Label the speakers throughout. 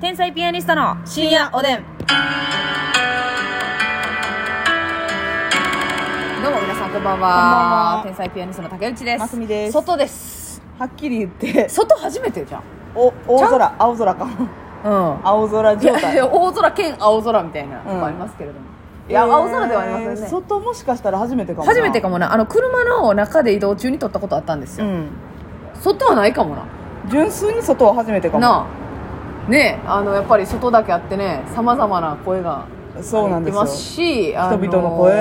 Speaker 1: 天才ピアニストの深夜おでんどうも皆さんこんばんは
Speaker 2: は
Speaker 1: 天才ピアニストの竹内です
Speaker 2: ますみです
Speaker 1: 外です
Speaker 2: はっきり言って
Speaker 1: 外初めてじゃん
Speaker 2: お大空青空かも
Speaker 1: うん
Speaker 2: 青空状
Speaker 1: い
Speaker 2: 態い
Speaker 1: や
Speaker 2: や
Speaker 1: 大空兼青空みたいなの
Speaker 2: うん
Speaker 1: もありますけれども、いや青空ではありませんね、
Speaker 2: 外もしかしたら初めてかもな
Speaker 1: 初めてかもなあの車の中で移動中に撮ったことあったんです
Speaker 2: う
Speaker 1: よ、
Speaker 2: ん
Speaker 1: 外はないかもな
Speaker 2: 純粋に外は初めてかも
Speaker 1: なあねえあのやっぱり外だけあってねさまざまな声が
Speaker 2: そうなん
Speaker 1: 入って
Speaker 2: ですよ
Speaker 1: ますし人
Speaker 2: 人々の声、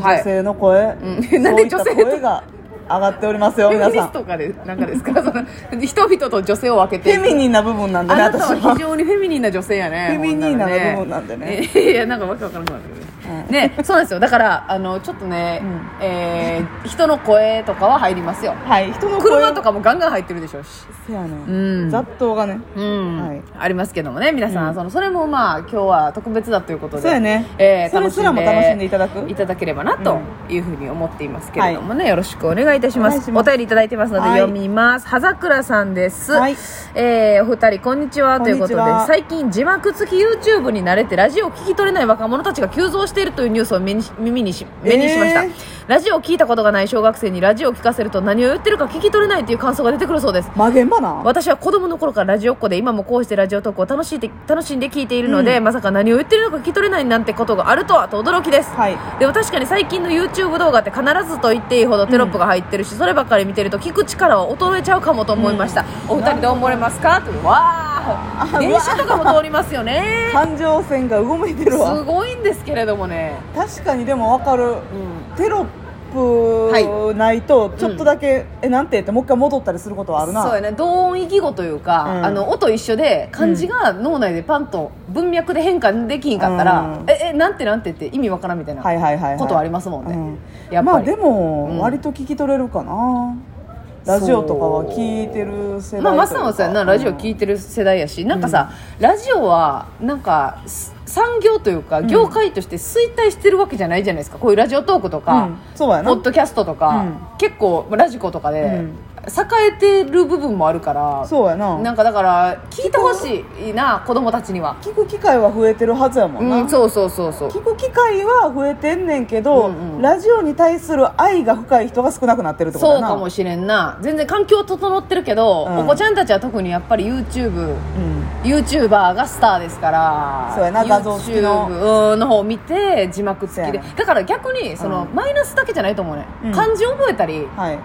Speaker 1: はい
Speaker 2: 女性の声、
Speaker 1: う
Speaker 2: うんん、
Speaker 1: なん で女性と
Speaker 2: そういった声が上がっておりますよ
Speaker 1: フェ
Speaker 2: 皆
Speaker 1: ミニ
Speaker 2: さ
Speaker 1: ス
Speaker 2: ん
Speaker 1: トかでなんかですかその人々と女性を分け
Speaker 2: フ
Speaker 1: て
Speaker 2: ェミニンな部分なん
Speaker 1: あ
Speaker 2: でね
Speaker 1: なた
Speaker 2: 私
Speaker 1: は
Speaker 2: は
Speaker 1: 非常にフェミニンな女性やね
Speaker 2: フェミニンな
Speaker 1: ほんら
Speaker 2: 部分なんでね
Speaker 1: えいやなんかわけわからなくなってくる
Speaker 2: うん
Speaker 1: ね そうなんですよだからあのちょっとね、
Speaker 2: うん
Speaker 1: えー人の声とかは入りますよ
Speaker 2: はい人の声
Speaker 1: 車とかもガンガン入ってるでしょうし
Speaker 2: せやね、
Speaker 1: うん
Speaker 2: 雑踏がね
Speaker 1: うん
Speaker 2: はい
Speaker 1: ありますけどもね皆さん、
Speaker 2: うん
Speaker 1: そのそれもまあ今日は特別だということで
Speaker 2: そうやね
Speaker 1: えー
Speaker 2: それすらも楽しんでいただく
Speaker 1: いただければなというふうに思っていますけれどもね、よろしくお願いいたしま
Speaker 2: お願い
Speaker 1: す
Speaker 2: し
Speaker 1: お
Speaker 2: ます
Speaker 1: 便りいただいてますので
Speaker 2: はい
Speaker 1: 読みます、葉桜さんです、
Speaker 2: はい
Speaker 1: えーお二人こんにちは
Speaker 2: ことん
Speaker 1: い
Speaker 2: に
Speaker 1: う
Speaker 2: ち
Speaker 1: こ
Speaker 2: は
Speaker 1: とで最近字幕付き YouTube に慣れてラジオを聞き取れない若者たちが急増しているというニュースを目にし耳にし目にしました、
Speaker 2: えー
Speaker 1: ラジオを聞いたことがない小学生にラジオを聞かせると何を言ってるか聞き取れないという感想が出てくるそうです
Speaker 2: 曲げんばな
Speaker 1: 私は子供の頃からラジオっ子で今もこうしてラジオトークを楽しいで楽しんで聞いているので、
Speaker 2: う
Speaker 1: まさか何を言ってるのか聞き取れないなんてことがあるとはと驚きです、
Speaker 2: はい
Speaker 1: でも確かに最近の YouTube 動画って必ずと言っていいほどテロップが入ってるし、そればっかり見てると聞く力は衰えちゃうかもと思いました、お二人どう思われますかというわあ電車とかも通りますよね
Speaker 2: 感情線がうごめいて
Speaker 1: す
Speaker 2: るわ
Speaker 1: ごいんですけれどもね、
Speaker 2: 確かにでも分かる
Speaker 1: うん、
Speaker 2: テロップないとちょっとだけ、えなんてってもう一回戻ったりすることはあるな
Speaker 1: そうやね同音異義語というか、
Speaker 2: うん
Speaker 1: あの音一緒で漢字が脳内でパンと文脈で変換できひんかったら、
Speaker 2: うん
Speaker 1: ええなんてなんてって意味わからんみたいな
Speaker 2: はいはいはい、はい、
Speaker 1: ことはありますもんね、
Speaker 2: うん
Speaker 1: やっ
Speaker 2: ま
Speaker 1: ぱ
Speaker 2: あ
Speaker 1: り、
Speaker 2: で
Speaker 1: うん
Speaker 2: も割と聞き取れるかな、ラジオとかは聞いてる世代というか
Speaker 1: まあ、マスさんはさなラジオ聞いてる世代やし、なんかさラジオはなんかす産業というか業界として衰退してるわけじゃないじゃないですか、こういうラジオトークと
Speaker 2: う
Speaker 1: か
Speaker 2: ん、そうや
Speaker 1: ポ
Speaker 2: な
Speaker 1: ッドキャストとか、
Speaker 2: う
Speaker 1: 結構まあラジコとかで、
Speaker 2: うん
Speaker 1: 栄えてる部分もあるから
Speaker 2: そうやな
Speaker 1: なんかだから聞いてほしいな子供たちには、
Speaker 2: 聞く機会は増えてるはずやもんな、
Speaker 1: うん、そうそうそうそう
Speaker 2: 聞く機会は増えてんねんけど、
Speaker 1: うんうん
Speaker 2: ラジオに対する愛が深い人が少なくなってるってこと
Speaker 1: そう
Speaker 2: やな
Speaker 1: かもしれんな全然環境は整ってるけど、
Speaker 2: うん
Speaker 1: お子ちゃんたちは特にやっぱり YouTube
Speaker 2: うん、
Speaker 1: YouTuber がスターですから
Speaker 2: そうやな画像付きの
Speaker 1: YouTube の方を見て字幕付きで
Speaker 2: そうや
Speaker 1: だから逆にその、
Speaker 2: うん
Speaker 1: マイナスだけじゃないと思うね、
Speaker 2: うん
Speaker 1: 漢字覚えたり
Speaker 2: はい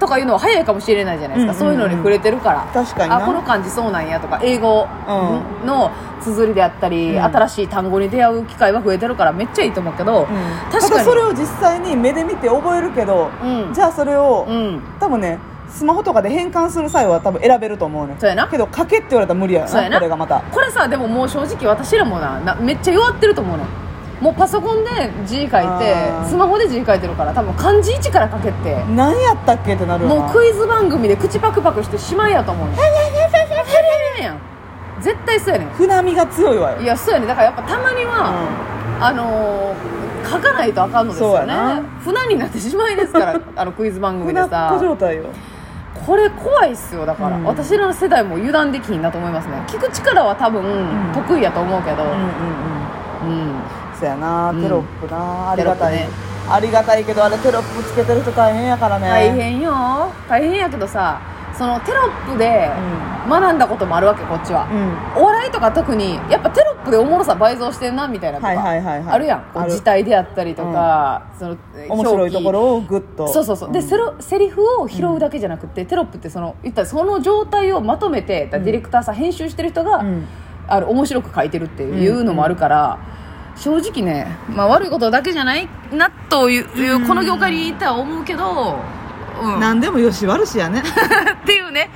Speaker 1: とかいうのは早いかもしれないじゃないですか、
Speaker 2: うんうんうん
Speaker 1: そういうのに触れてるから
Speaker 2: 確かに
Speaker 1: あ
Speaker 2: な
Speaker 1: この漢字そうなんやとか英語
Speaker 2: う
Speaker 1: の綴りであったり、
Speaker 2: うん
Speaker 1: 新しい単語に出会う機会は増えてるからめっちゃいいと思うけど、
Speaker 2: うん
Speaker 1: 確
Speaker 2: た
Speaker 1: か
Speaker 2: だ
Speaker 1: に
Speaker 2: それを実際に目で見て覚えるけど、
Speaker 1: うん
Speaker 2: じゃあそれを、
Speaker 1: うん
Speaker 2: 多分ねスマホとかで変換する際は多分選べると思うねん
Speaker 1: そうやな
Speaker 2: けど書けって言われたら無理や
Speaker 1: そうや
Speaker 2: な
Speaker 1: な
Speaker 2: これがまた
Speaker 1: これさでももう正直私らもななめっちゃ弱ってると思うのもうパソコンで字書いて
Speaker 2: あー
Speaker 1: スマホで字書いてるから多分漢字一から書けって
Speaker 2: 何やったっけってなるよ
Speaker 1: もう
Speaker 2: な
Speaker 1: クイズ番組で口パクパクしてしまいやと 思うのやん絶対そうやね
Speaker 2: 船みが強いわよ
Speaker 1: んいやそうやねんだからやっぱたまに
Speaker 2: う
Speaker 1: は、
Speaker 2: ん
Speaker 1: あのー書かないとあかんのです
Speaker 2: そう
Speaker 1: よ
Speaker 2: や
Speaker 1: ね
Speaker 2: な
Speaker 1: 船になってしまいですから あのクイズ番組で
Speaker 2: 船っ
Speaker 1: さ
Speaker 2: 子状態よ
Speaker 1: これ怖いっすよだから、
Speaker 2: うん
Speaker 1: 私らの世代も油断できひんなと思いますね聞く力は多分、
Speaker 2: ん
Speaker 1: 得意やと思うけど、
Speaker 2: うんうんうん
Speaker 1: うん
Speaker 2: そうやな
Speaker 1: うん
Speaker 2: テロップなありがた
Speaker 1: テロ
Speaker 2: い
Speaker 1: ップ
Speaker 2: ありがたいけどあれテロップつけてる人大変やからね
Speaker 1: 大変よ大変やけどさそのテロップで学んだこともあるわけこっちは
Speaker 2: う、んう
Speaker 1: お
Speaker 2: ん
Speaker 1: 笑いとか特にやっぱテロップでおもろさ倍増してんなみたいなとか、
Speaker 2: はいはいはいはい
Speaker 1: あるやんこう
Speaker 2: ある
Speaker 1: 字体であったりとか、そのえ
Speaker 2: 面白いとこ
Speaker 1: 表
Speaker 2: ろをグッと
Speaker 1: 記そうそうそう、で
Speaker 2: ん
Speaker 1: セロセリフを拾うだけじゃなくて、テロップってその言ったらその状態をまとめてだから
Speaker 2: うん
Speaker 1: ディレクターさん編集してる人が、
Speaker 2: うん
Speaker 1: あの面白く書いてるっていうのもあるから、正直ね、まあ、悪いことだけじゃないなという、いうこの業界にいたは思うけど、うん、
Speaker 2: 何でもよし悪しやね
Speaker 1: っていうね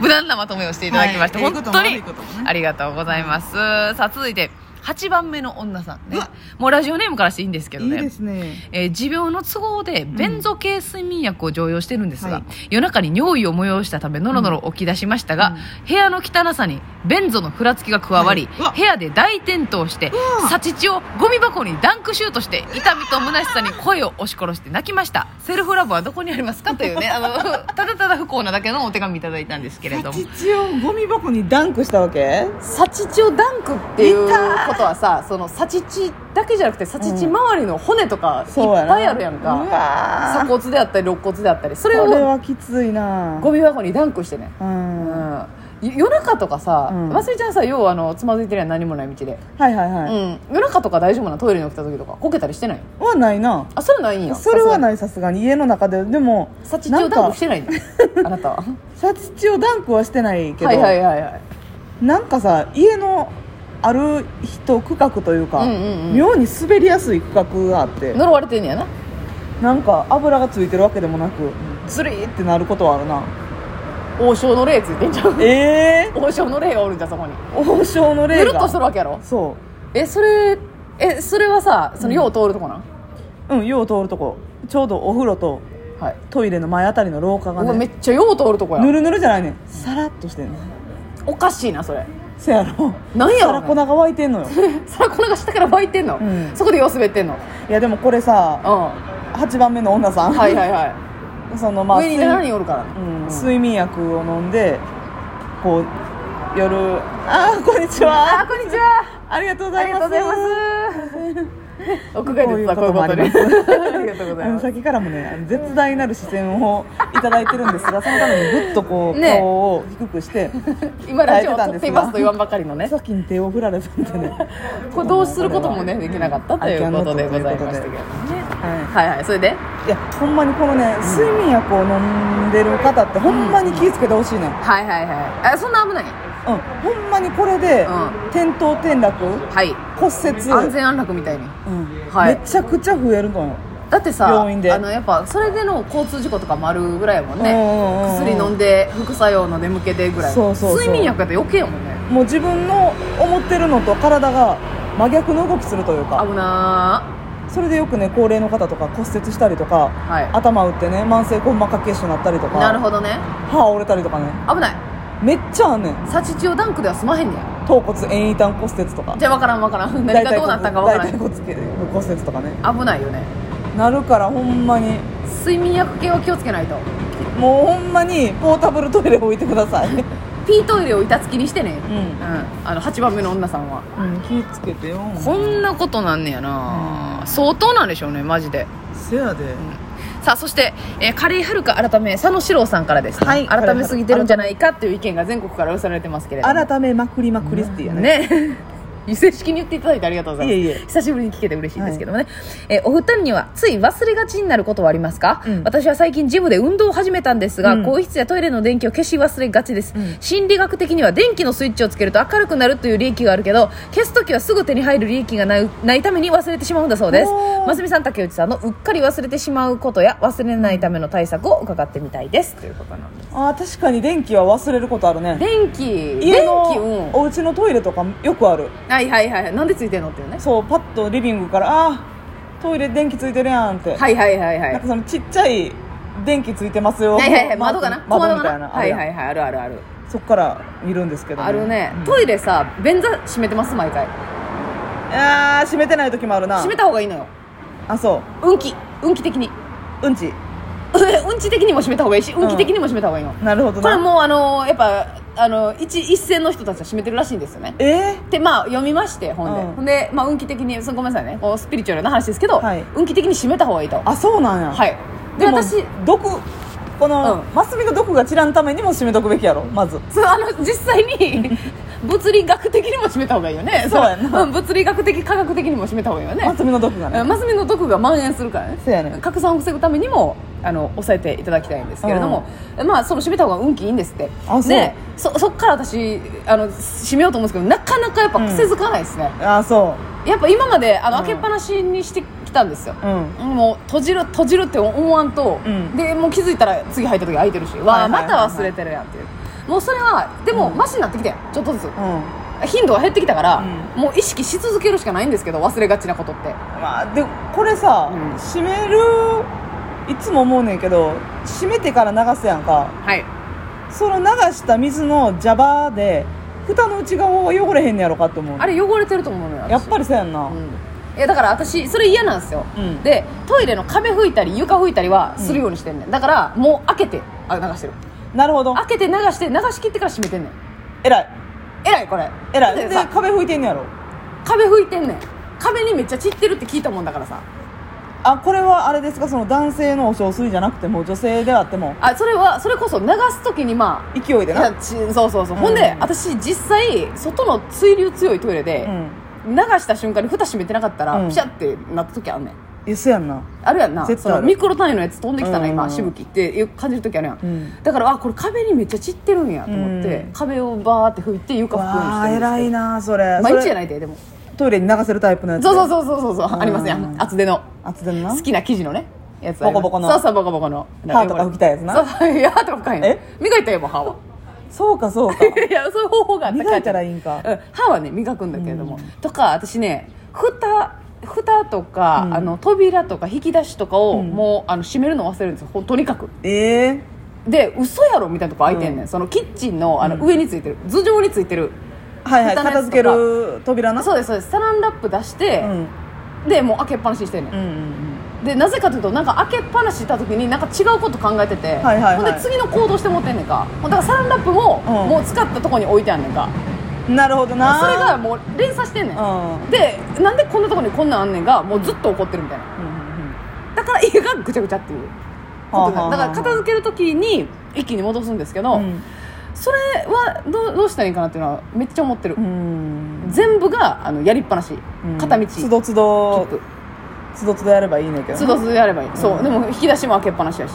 Speaker 1: 無難なまとめをしていただきました、
Speaker 2: はい
Speaker 1: 本当
Speaker 2: い
Speaker 1: に
Speaker 2: いことも悪いこともね
Speaker 1: ありがとうございますさあ続いて8番目の女さんね
Speaker 2: うわ
Speaker 1: もうラジオネームからしていいんですけど
Speaker 2: いい
Speaker 1: ね
Speaker 2: ですね
Speaker 1: えー持病の都合でベンゾ系睡眠薬を常用してるんですが、
Speaker 2: はい
Speaker 1: 夜中に尿意を催したためノロノロ起き出しましたが、部屋の汚さにベンゾのふらつきが加わり、
Speaker 2: はいうわ
Speaker 1: 部屋で大転倒して
Speaker 2: うわ
Speaker 1: サチチをゴミ箱にダンクシュートして痛みと虚しさに声を押し殺して泣きましたセルフラブはどこにありますかというねあの ただただ不幸なだけのお手紙いただいたんですけれども
Speaker 2: 父をゴミ箱にダンクしたわけ
Speaker 1: サチチをダンクっていうことはさそのサチチだけじゃなくてサチチ周りの骨とかいっ
Speaker 2: そうやな
Speaker 1: ぱいあるやんか
Speaker 2: うわー
Speaker 1: 鎖骨であったり肋骨であったりそ
Speaker 2: こ
Speaker 1: れ
Speaker 2: れ
Speaker 1: を
Speaker 2: はきついな
Speaker 1: ゴミ箱にダンクしてね、
Speaker 2: う
Speaker 1: うん
Speaker 2: は
Speaker 1: ん夜中とかさ、
Speaker 2: うん
Speaker 1: ますみちゃんさようあのつまずいてるやん何もない道で、
Speaker 2: いはいはい
Speaker 1: うん、夜中とか大丈夫なトイレに起きた時とかこけたりしてない
Speaker 2: はないな
Speaker 1: あそれないんや
Speaker 2: それはいないさすがに家の中ででも
Speaker 1: サチチをダンクしてないんだあなた は
Speaker 2: さ父をダンクはしてないけど
Speaker 1: はいはいはいはい
Speaker 2: なんかさ家のある人区画というか、
Speaker 1: うんうんうん
Speaker 2: 妙に滑りやすい区画があって
Speaker 1: 呪われてんねやな
Speaker 2: なんか油がついてるわけでもなくズリーってなることはあるな
Speaker 1: 王将の霊ついてんちゃう
Speaker 2: ええ
Speaker 1: 王将の霊がおるんじゃんそこに
Speaker 2: 王将の
Speaker 1: ぬ
Speaker 2: 霊
Speaker 1: るっと
Speaker 2: が
Speaker 1: するわけやろ
Speaker 2: そ
Speaker 1: えそれえそれはさそのよう通るとこなん、
Speaker 2: ううんよう通るとこちょうどお風呂と
Speaker 1: はい
Speaker 2: トイレの前あたりの廊下が
Speaker 1: うわめ
Speaker 2: ね
Speaker 1: っちゃよう通るとこや
Speaker 2: ぬるぬるじゃないねんさらっとしてんねん
Speaker 1: おかしいなそれ
Speaker 2: せやろ
Speaker 1: なんや
Speaker 2: さ
Speaker 1: ろ
Speaker 2: ら
Speaker 1: ね
Speaker 2: 粉が湧いて んのよ
Speaker 1: それこのが下から湧いてんの、
Speaker 2: うん
Speaker 1: そこでよう滑ってんのうん
Speaker 2: いやでもこれさ
Speaker 1: は
Speaker 2: 8番目の女さん、
Speaker 1: いはい はい、
Speaker 2: そのまあ
Speaker 1: 上に
Speaker 2: 睡
Speaker 1: 7人おるから、
Speaker 2: うん睡眠薬を飲んでこう夜あーこんにちは
Speaker 1: あこんにちは
Speaker 2: ありがとうご
Speaker 1: あ
Speaker 2: ざ
Speaker 1: り
Speaker 2: い
Speaker 1: が
Speaker 2: ま
Speaker 1: と
Speaker 2: す
Speaker 1: うございます屋外で実はこういうことです
Speaker 2: こういう
Speaker 1: ありがとうござい
Speaker 2: あの
Speaker 1: ます
Speaker 2: 先からもねあの絶大なる視線をいただいてるんですがそのためにぐっとこう、
Speaker 1: ね
Speaker 2: 顔を低くして
Speaker 1: 今ラジオを撮っていますと言わんばかりのね
Speaker 2: 先に手を振られたんでね、
Speaker 1: これどうすることもねできなかったということでございましたけどね
Speaker 2: は
Speaker 1: はいはいそれで
Speaker 2: い、いやほんまにこのね睡眠薬を飲んでる方ってほんまに気をつけてほしいねん、うん
Speaker 1: はいはいはいあそんな危ない
Speaker 2: ほんまにこれで、
Speaker 1: う
Speaker 2: 転倒転落
Speaker 1: はい
Speaker 2: 骨折
Speaker 1: 安全安楽みたいに
Speaker 2: うん
Speaker 1: はい
Speaker 2: めちゃくちゃ増えるのよ
Speaker 1: だってさ
Speaker 2: 病院で
Speaker 1: あのやっぱそれでの交通事故とかもあるぐらいやもんね
Speaker 2: うんうんうん
Speaker 1: 薬飲んで副作用の眠気でぐらい
Speaker 2: そうそうそう
Speaker 1: 睡眠薬やったら余計やもんね
Speaker 2: もう自分の思ってるのと体が真逆の動きするというか
Speaker 1: 危な
Speaker 2: それでよくね高齢の方とか骨折したりとか、
Speaker 1: ーは
Speaker 2: 頭打ってね慢性硬膜下血腫になったりと
Speaker 1: いなる
Speaker 2: か
Speaker 1: ほどね
Speaker 2: 歯折れたりとかね
Speaker 1: 危ない
Speaker 2: めっちゃあんねん
Speaker 1: サチチオダンクでは済まへんねや
Speaker 2: 頭骨遠位端骨折とか
Speaker 1: じゃあ分からん分からん何がどうなったんか分から
Speaker 2: 大
Speaker 1: ん
Speaker 2: 腿骨骨折とかね
Speaker 1: 危ないよね
Speaker 2: なるからほんまに
Speaker 1: 睡眠薬系は気をつけないと
Speaker 2: もうほんまにポータブルトイレ置いてくだ さいうん、
Speaker 1: ピートイレを板付きにしてね
Speaker 2: う
Speaker 1: うん
Speaker 2: ん、
Speaker 1: あの8番目の女さんは
Speaker 2: 気ぃつけてよ
Speaker 1: こんなことなんねやな相当なんでしょうねマジで
Speaker 2: せやで、
Speaker 1: さあそして、えー、カレーはるか改め佐野史郎さんからですね、
Speaker 2: はい
Speaker 1: 改めすぎてるんじゃないかっていう意見が全国から寄せられてますけれども
Speaker 2: 改めまくりまクリスティやね
Speaker 1: ね 正式に言っていただいてありがとうございます
Speaker 2: いえいえ
Speaker 1: 久しぶりに聞けて嬉しいんですけどもね、えーお二人にはつい忘れがちになることはありますか、
Speaker 2: うん
Speaker 1: 私は最近ジムで運動を始めたんですが、
Speaker 2: うん
Speaker 1: 更衣室やトイレの電気を消し忘れがちです、
Speaker 2: うん
Speaker 1: 心理学的には電気のスイッチをつけると明るくなるという利益があるけど消す時はすぐ手に入る利益がないないために忘れてしまうんだそうです
Speaker 2: おー
Speaker 1: ますみさん竹内さんのうっかり忘れてしまうことや忘れないための対策を伺ってみたいですということなんです
Speaker 2: あー確かに電気は忘れることあるね
Speaker 1: 電気
Speaker 2: 家
Speaker 1: 電気
Speaker 2: のお家のトイレとかよくある
Speaker 1: はいはいはいなんでついてんのっていうね
Speaker 2: そうパッとリビングからあートイレ電気ついてるやんって、
Speaker 1: はいはいはいはい
Speaker 2: なんかそのちっちゃい電気ついてますよ
Speaker 1: はいはいはい窓かな
Speaker 2: 窓
Speaker 1: 小
Speaker 2: みたいな
Speaker 1: かはいはいいはいあるあるある
Speaker 2: そっから見るんですけど、
Speaker 1: あるねトイレさ便座閉めてます毎回
Speaker 2: あー閉めてない時もあるな
Speaker 1: 閉めた方がいいのよ
Speaker 2: あそ
Speaker 1: 運気運気的に
Speaker 2: ううんち
Speaker 1: 運気的にも閉めた方がいいし運気的にも閉めた方がいいの
Speaker 2: なるほど
Speaker 1: これ
Speaker 2: な
Speaker 1: もうあのーやっぱあのー一一線の人たちは閉めてるらしいんですよね
Speaker 2: え
Speaker 1: でまあ読みまして本で、
Speaker 2: うん
Speaker 1: ほんで、まあ、運気的にそごめんなさいねこうスピリチュアルな話ですけど、
Speaker 2: はい
Speaker 1: 運気的に閉めた方がいいと
Speaker 2: ー、あそうなんや
Speaker 1: はいで
Speaker 2: でも
Speaker 1: 私
Speaker 2: 毒この、
Speaker 1: うん
Speaker 2: マスミの毒が散らんためにも閉めとくべきやろまず
Speaker 1: そうあの実際に 物理学的にも閉めた方がいいよね
Speaker 2: そうやなん
Speaker 1: 物理学的科学的にも閉めた方がいいよね
Speaker 2: マスミの毒がね、
Speaker 1: うんマスミの毒が蔓延するからね
Speaker 2: そうやね
Speaker 1: 拡散を防ぐためにもあの抑えていただきたいんですけれども、まあその閉めた方が運気いいんですって
Speaker 2: あそう
Speaker 1: でそそっから私あの閉めようと思うんですけどなかなかやっぱ癖づかないですね、
Speaker 2: あーそ
Speaker 1: やっぱ今まであの、
Speaker 2: うん
Speaker 1: 開けっぱなしにしてきたんですよ、
Speaker 2: ううん
Speaker 1: もう閉じる閉じるって思わんと、
Speaker 2: うん
Speaker 1: でもう気づいたら次入った時空いてるし、わあ
Speaker 2: はいはいはいはい
Speaker 1: また忘れてるやんっていうもうそれはでも、マシになってきたよちょっとずつ
Speaker 2: うん
Speaker 1: 頻度が減ってきたから、
Speaker 2: う
Speaker 1: もう意識し続けるしかないんですけど忘れがちなことって
Speaker 2: まあでこれさ、
Speaker 1: うん
Speaker 2: 閉めるいつも思うねんけど閉めてから流すやんか
Speaker 1: はい
Speaker 2: その流した水の蛇腹で蓋の内側は汚れへんねやろかって思う
Speaker 1: あれ汚れてると思うのよ私
Speaker 2: やっぱりそうやんな、
Speaker 1: うんいやだから私それ嫌なんですよ、
Speaker 2: うん
Speaker 1: でトイレの壁拭いたり床拭いたりはするようにしてんねん、だからもう開けてあ流してる
Speaker 2: なるほど
Speaker 1: 開けて流して流し切ってから閉めてんねん
Speaker 2: えらい
Speaker 1: えらいこれ
Speaker 2: えらい
Speaker 1: で
Speaker 2: で
Speaker 1: さ
Speaker 2: 壁拭いてんねやろ
Speaker 1: 壁拭いてんねん壁にめっちゃ散ってるって聞いたもんだからさ
Speaker 2: あこれはあれですかその男性のお小水じゃなくても女性であっても
Speaker 1: あそれはそれこそ流す時にま
Speaker 2: 勢い
Speaker 1: あ
Speaker 2: で
Speaker 1: いや
Speaker 2: な
Speaker 1: ちそうそうそう、ほん
Speaker 2: うん
Speaker 1: で私実際外の水流強いトイレで、
Speaker 2: うん
Speaker 1: 流した瞬間に蓋閉めてなかったら、
Speaker 2: うん
Speaker 1: ピシャってなった時あんねん
Speaker 2: えそやんな
Speaker 1: あるやんな
Speaker 2: 絶
Speaker 1: そ
Speaker 2: 対あ
Speaker 1: の
Speaker 2: る
Speaker 1: ミクロ単位のやつ飛んできたな、
Speaker 2: うん
Speaker 1: 今しぶきっていう感じる時あるやん、
Speaker 2: うん
Speaker 1: だからあこれ壁にめっちゃ散ってるんやと思って、
Speaker 2: うん
Speaker 1: 壁をバーって拭いて床拭くようにし
Speaker 2: わ
Speaker 1: て
Speaker 2: あ
Speaker 1: るんですけど
Speaker 2: 偉いなそれ
Speaker 1: 毎日
Speaker 2: そ
Speaker 1: じゃ
Speaker 2: れ
Speaker 1: ないででも
Speaker 2: トイレに流せるタイプのやつ
Speaker 1: そうそうそうそうそうそう
Speaker 2: うん
Speaker 1: ありますやん厚手の
Speaker 2: 厚手のな
Speaker 1: 好きな生地のねやつあります
Speaker 2: ボコボコの
Speaker 1: そうそうボコボコの
Speaker 2: 歯とか拭きたいやつな
Speaker 1: そうそういや歯とか拭かへんの
Speaker 2: え
Speaker 1: 磨いたらええもん歯は
Speaker 2: そうかそうか
Speaker 1: いやそういう方 法があった
Speaker 2: 磨いたらいいんか
Speaker 1: うん歯はね磨くんだけれども、とか私ね蓋蓋とか、
Speaker 2: うん
Speaker 1: あの扉とか引き出しとかを、
Speaker 2: うん
Speaker 1: もうあの閉めるの忘れるんですよほんとにかく
Speaker 2: ええ
Speaker 1: で嘘やろみたいなとこ開いてんねん、
Speaker 2: うん
Speaker 1: そのキッチンのあの上についてる、頭上についてる
Speaker 2: はいはい
Speaker 1: 蓋のや
Speaker 2: 片
Speaker 1: つとか
Speaker 2: 付ける扉な
Speaker 1: そうですそうですサランラップ出して
Speaker 2: う、ん
Speaker 1: でもう開けっぱなしにしてんねん
Speaker 2: うんうん
Speaker 1: でなぜかというとなんか開けっぱなしした時になんか違うこと考えてて、
Speaker 2: はいはいはい
Speaker 1: ほんで次の行動して持ってんねんかほんだからサランラップも、
Speaker 2: うん
Speaker 1: もう使ったとこに置いてあんねんか
Speaker 2: うんなるほどな
Speaker 1: それがもう連鎖してんねん、
Speaker 2: うん
Speaker 1: でなんでこんなとこにこんなんあんねんがもうずっと怒ってるみたいな
Speaker 2: うんうんうん
Speaker 1: だから家がぐちゃぐちゃっていうことにな
Speaker 2: はあはあは
Speaker 1: る
Speaker 2: あ
Speaker 1: だから片付ける時に一気に戻すんですけど、
Speaker 2: うん
Speaker 1: それはどうどうしたらいいかなっていうのはめっちゃ思ってる、
Speaker 2: うん
Speaker 1: 全部があのやりっぱなし、
Speaker 2: うん
Speaker 1: 片道
Speaker 2: つどつど
Speaker 1: キック
Speaker 2: つどつどやればいいねんけど
Speaker 1: つどつどやればいい、そうでも引き出しも開けっぱなしやし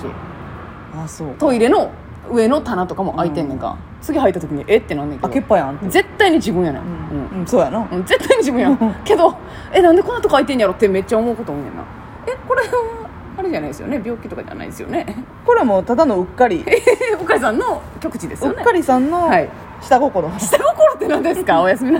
Speaker 2: あそう
Speaker 1: トイレの上の棚とかも開いてんねんか、次入った時にえってなんねんけど
Speaker 2: 開けっぱやんって
Speaker 1: 絶対に自分やねん、う
Speaker 2: うんんうんそうやな
Speaker 1: うん絶対に自分やんけどえなんでこんなとこ開いてんやろってめっちゃ思うこと思うねんなえこれはあれじゃないですよね病気とかじゃないですよね
Speaker 2: これもただのうっかり
Speaker 1: お母さんの極地です
Speaker 2: う
Speaker 1: よ
Speaker 2: っ
Speaker 1: ね
Speaker 2: かりさんの
Speaker 1: はい
Speaker 2: 下心
Speaker 1: 下心って何ですかおやすみなさい